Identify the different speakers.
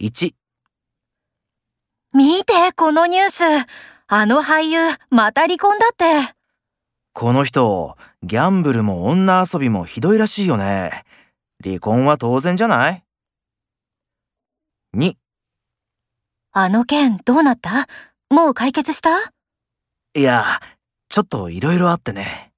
Speaker 1: 1、
Speaker 2: 見て、このニュース。あの俳優、また離婚だって。
Speaker 1: この人、ギャンブルも女遊びもひどいらしいよね。離婚は当然じゃない ?2、
Speaker 2: あの件、どうなったもう解決した
Speaker 1: いや、ちょっといろいろあってね。